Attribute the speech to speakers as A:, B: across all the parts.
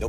A: No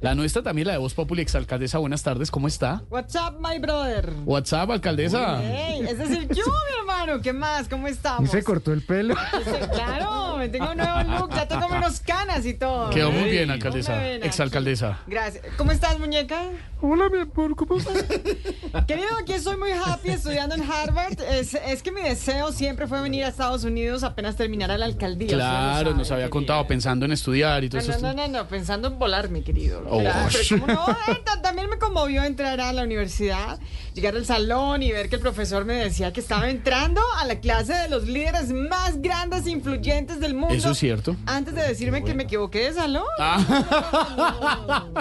B: La nuestra también, la de Voz Populi, exalcaldesa, buenas tardes, ¿cómo está?
C: What's up, my brother?
B: WhatsApp, alcaldesa.
C: Hey, ese es el Q, mi hermano. ¿Qué más? ¿Cómo
D: Y
C: estamos?
D: se cortó el pelo.
C: Ese- Claro, me tengo un nuevo look, ya tengo menos canas y todo.
B: Quedó muy
C: Ey,
B: bien,
C: ¿cómo
B: alcaldesa,
C: me ven aquí?
B: exalcaldesa.
C: Gracias. ¿Cómo estás, muñeca?
D: Hola, mi amor, ¿cómo estás?
C: Querido, aquí estoy muy happy estudiando en Harvard. Es, es que mi deseo siempre fue venir a Estados Unidos apenas terminara la alcaldía. Usted lo
B: Claro,
C: sabe,
B: nos había
C: querido.
B: contado pensando en estudiar y todo eso.
C: Ah, No, no, no, no, pensando en volar, mi querido.
B: Oh.
C: Claro, pero ¿cómo no? Eh, ta- también me conmovió entrar a la universidad, llegar al salón y ver que el profesor me decía que estaba entrando a la clase de los líderes más grandes e influyentes del mundo.
B: Eso es cierto.
C: Antes de decirme que me equivoqué de salón.
B: Ah.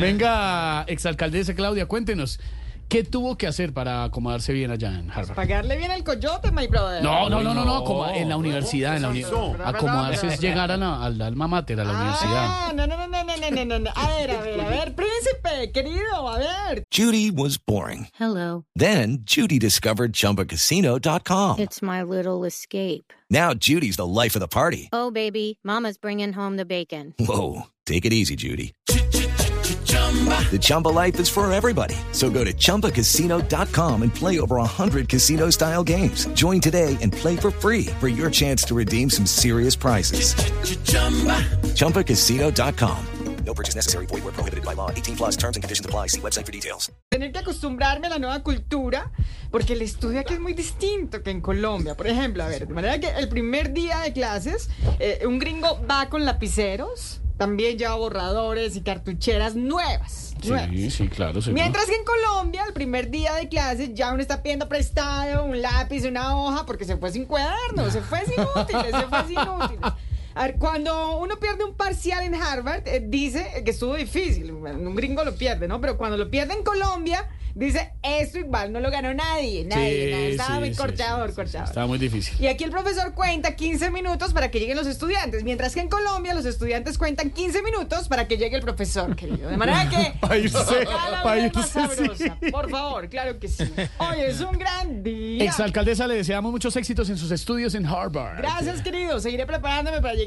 B: Venga, exalcaldesa Claudia, cuéntenos, ¿qué tuvo que hacer para acomodarse bien allá en Harvard?
C: Pagarle bien al coyote, my brother.
B: No, no, no, no, no, como en la universidad, en la uni-
C: eso?
B: acomodarse es llegar a la, al alma mater, a la universidad.
C: Ah, no, no, no, no, no, no, no, no. A ver, a ver, a ver, príncipe, querido, a ver.
A: Judy was boring.
E: Hello.
A: Then Judy discovered ChumbaCasino.com.
E: It's my little escape.
A: Now Judy's the life of the party.
E: Oh, baby, Mama's bringing home the bacon.
A: Whoa, take it easy, Judy. The Chumba life is for everybody. So go to ChumbaCasino.com and play over 100 casino style games. Join today and play for free for your chance to redeem some serious prizes. ChumbaCasino.com. No purchase necessary. Void where prohibited by law. 18 plus terms and conditions apply. See website for details.
C: tener que acostumbrarme a la nueva cultura, porque el estudio aquí es muy distinto que en Colombia. Por ejemplo, a ver, de manera que el primer día de clases, eh, un gringo va con lapiceros, también lleva borradores y cartucheras nuevas. nuevas.
B: Sí, sí, claro, seguro.
C: Mientras que en Colombia, el primer día de clases, ya uno está pidiendo prestado un lápiz, una hoja, porque se fue sin cuadernos, se fue sin útiles, se fue sin útiles. A ver, cuando uno pierde un parcial en Harvard, eh, dice que estuvo difícil. Bueno, Un gringo lo pierde, ¿no? Pero cuando lo pierde en Colombia, dice, esto igual no lo ganó nadie, nadie,
B: Sí,
C: nadie. Estaba
B: sí,
C: muy
B: sí, sí,
C: cortador,
B: sí, sí,
C: cortador.
B: Estaba muy difícil.
C: Y aquí el profesor cuenta 15 minutos para que lleguen los estudiantes, mientras que en Colombia los estudiantes cuentan 15 minutos para que llegue el profesor, querido. De manera que...
B: Pa' irse,
C: cada
B: pa'
C: vez más
B: irse, sí.
C: sabrosa. Por favor, claro que sí. Hoy es un gran día.
B: Exalcaldesa, le deseamos muchos éxitos en sus estudios en Harvard.
C: Gracias, querido. Seguiré preparándome para llegar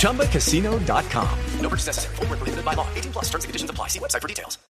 F: ChumbaCasino.com. No purchase necessary. Void where prohibited by law. 18 plus terms and conditions apply. See website for details.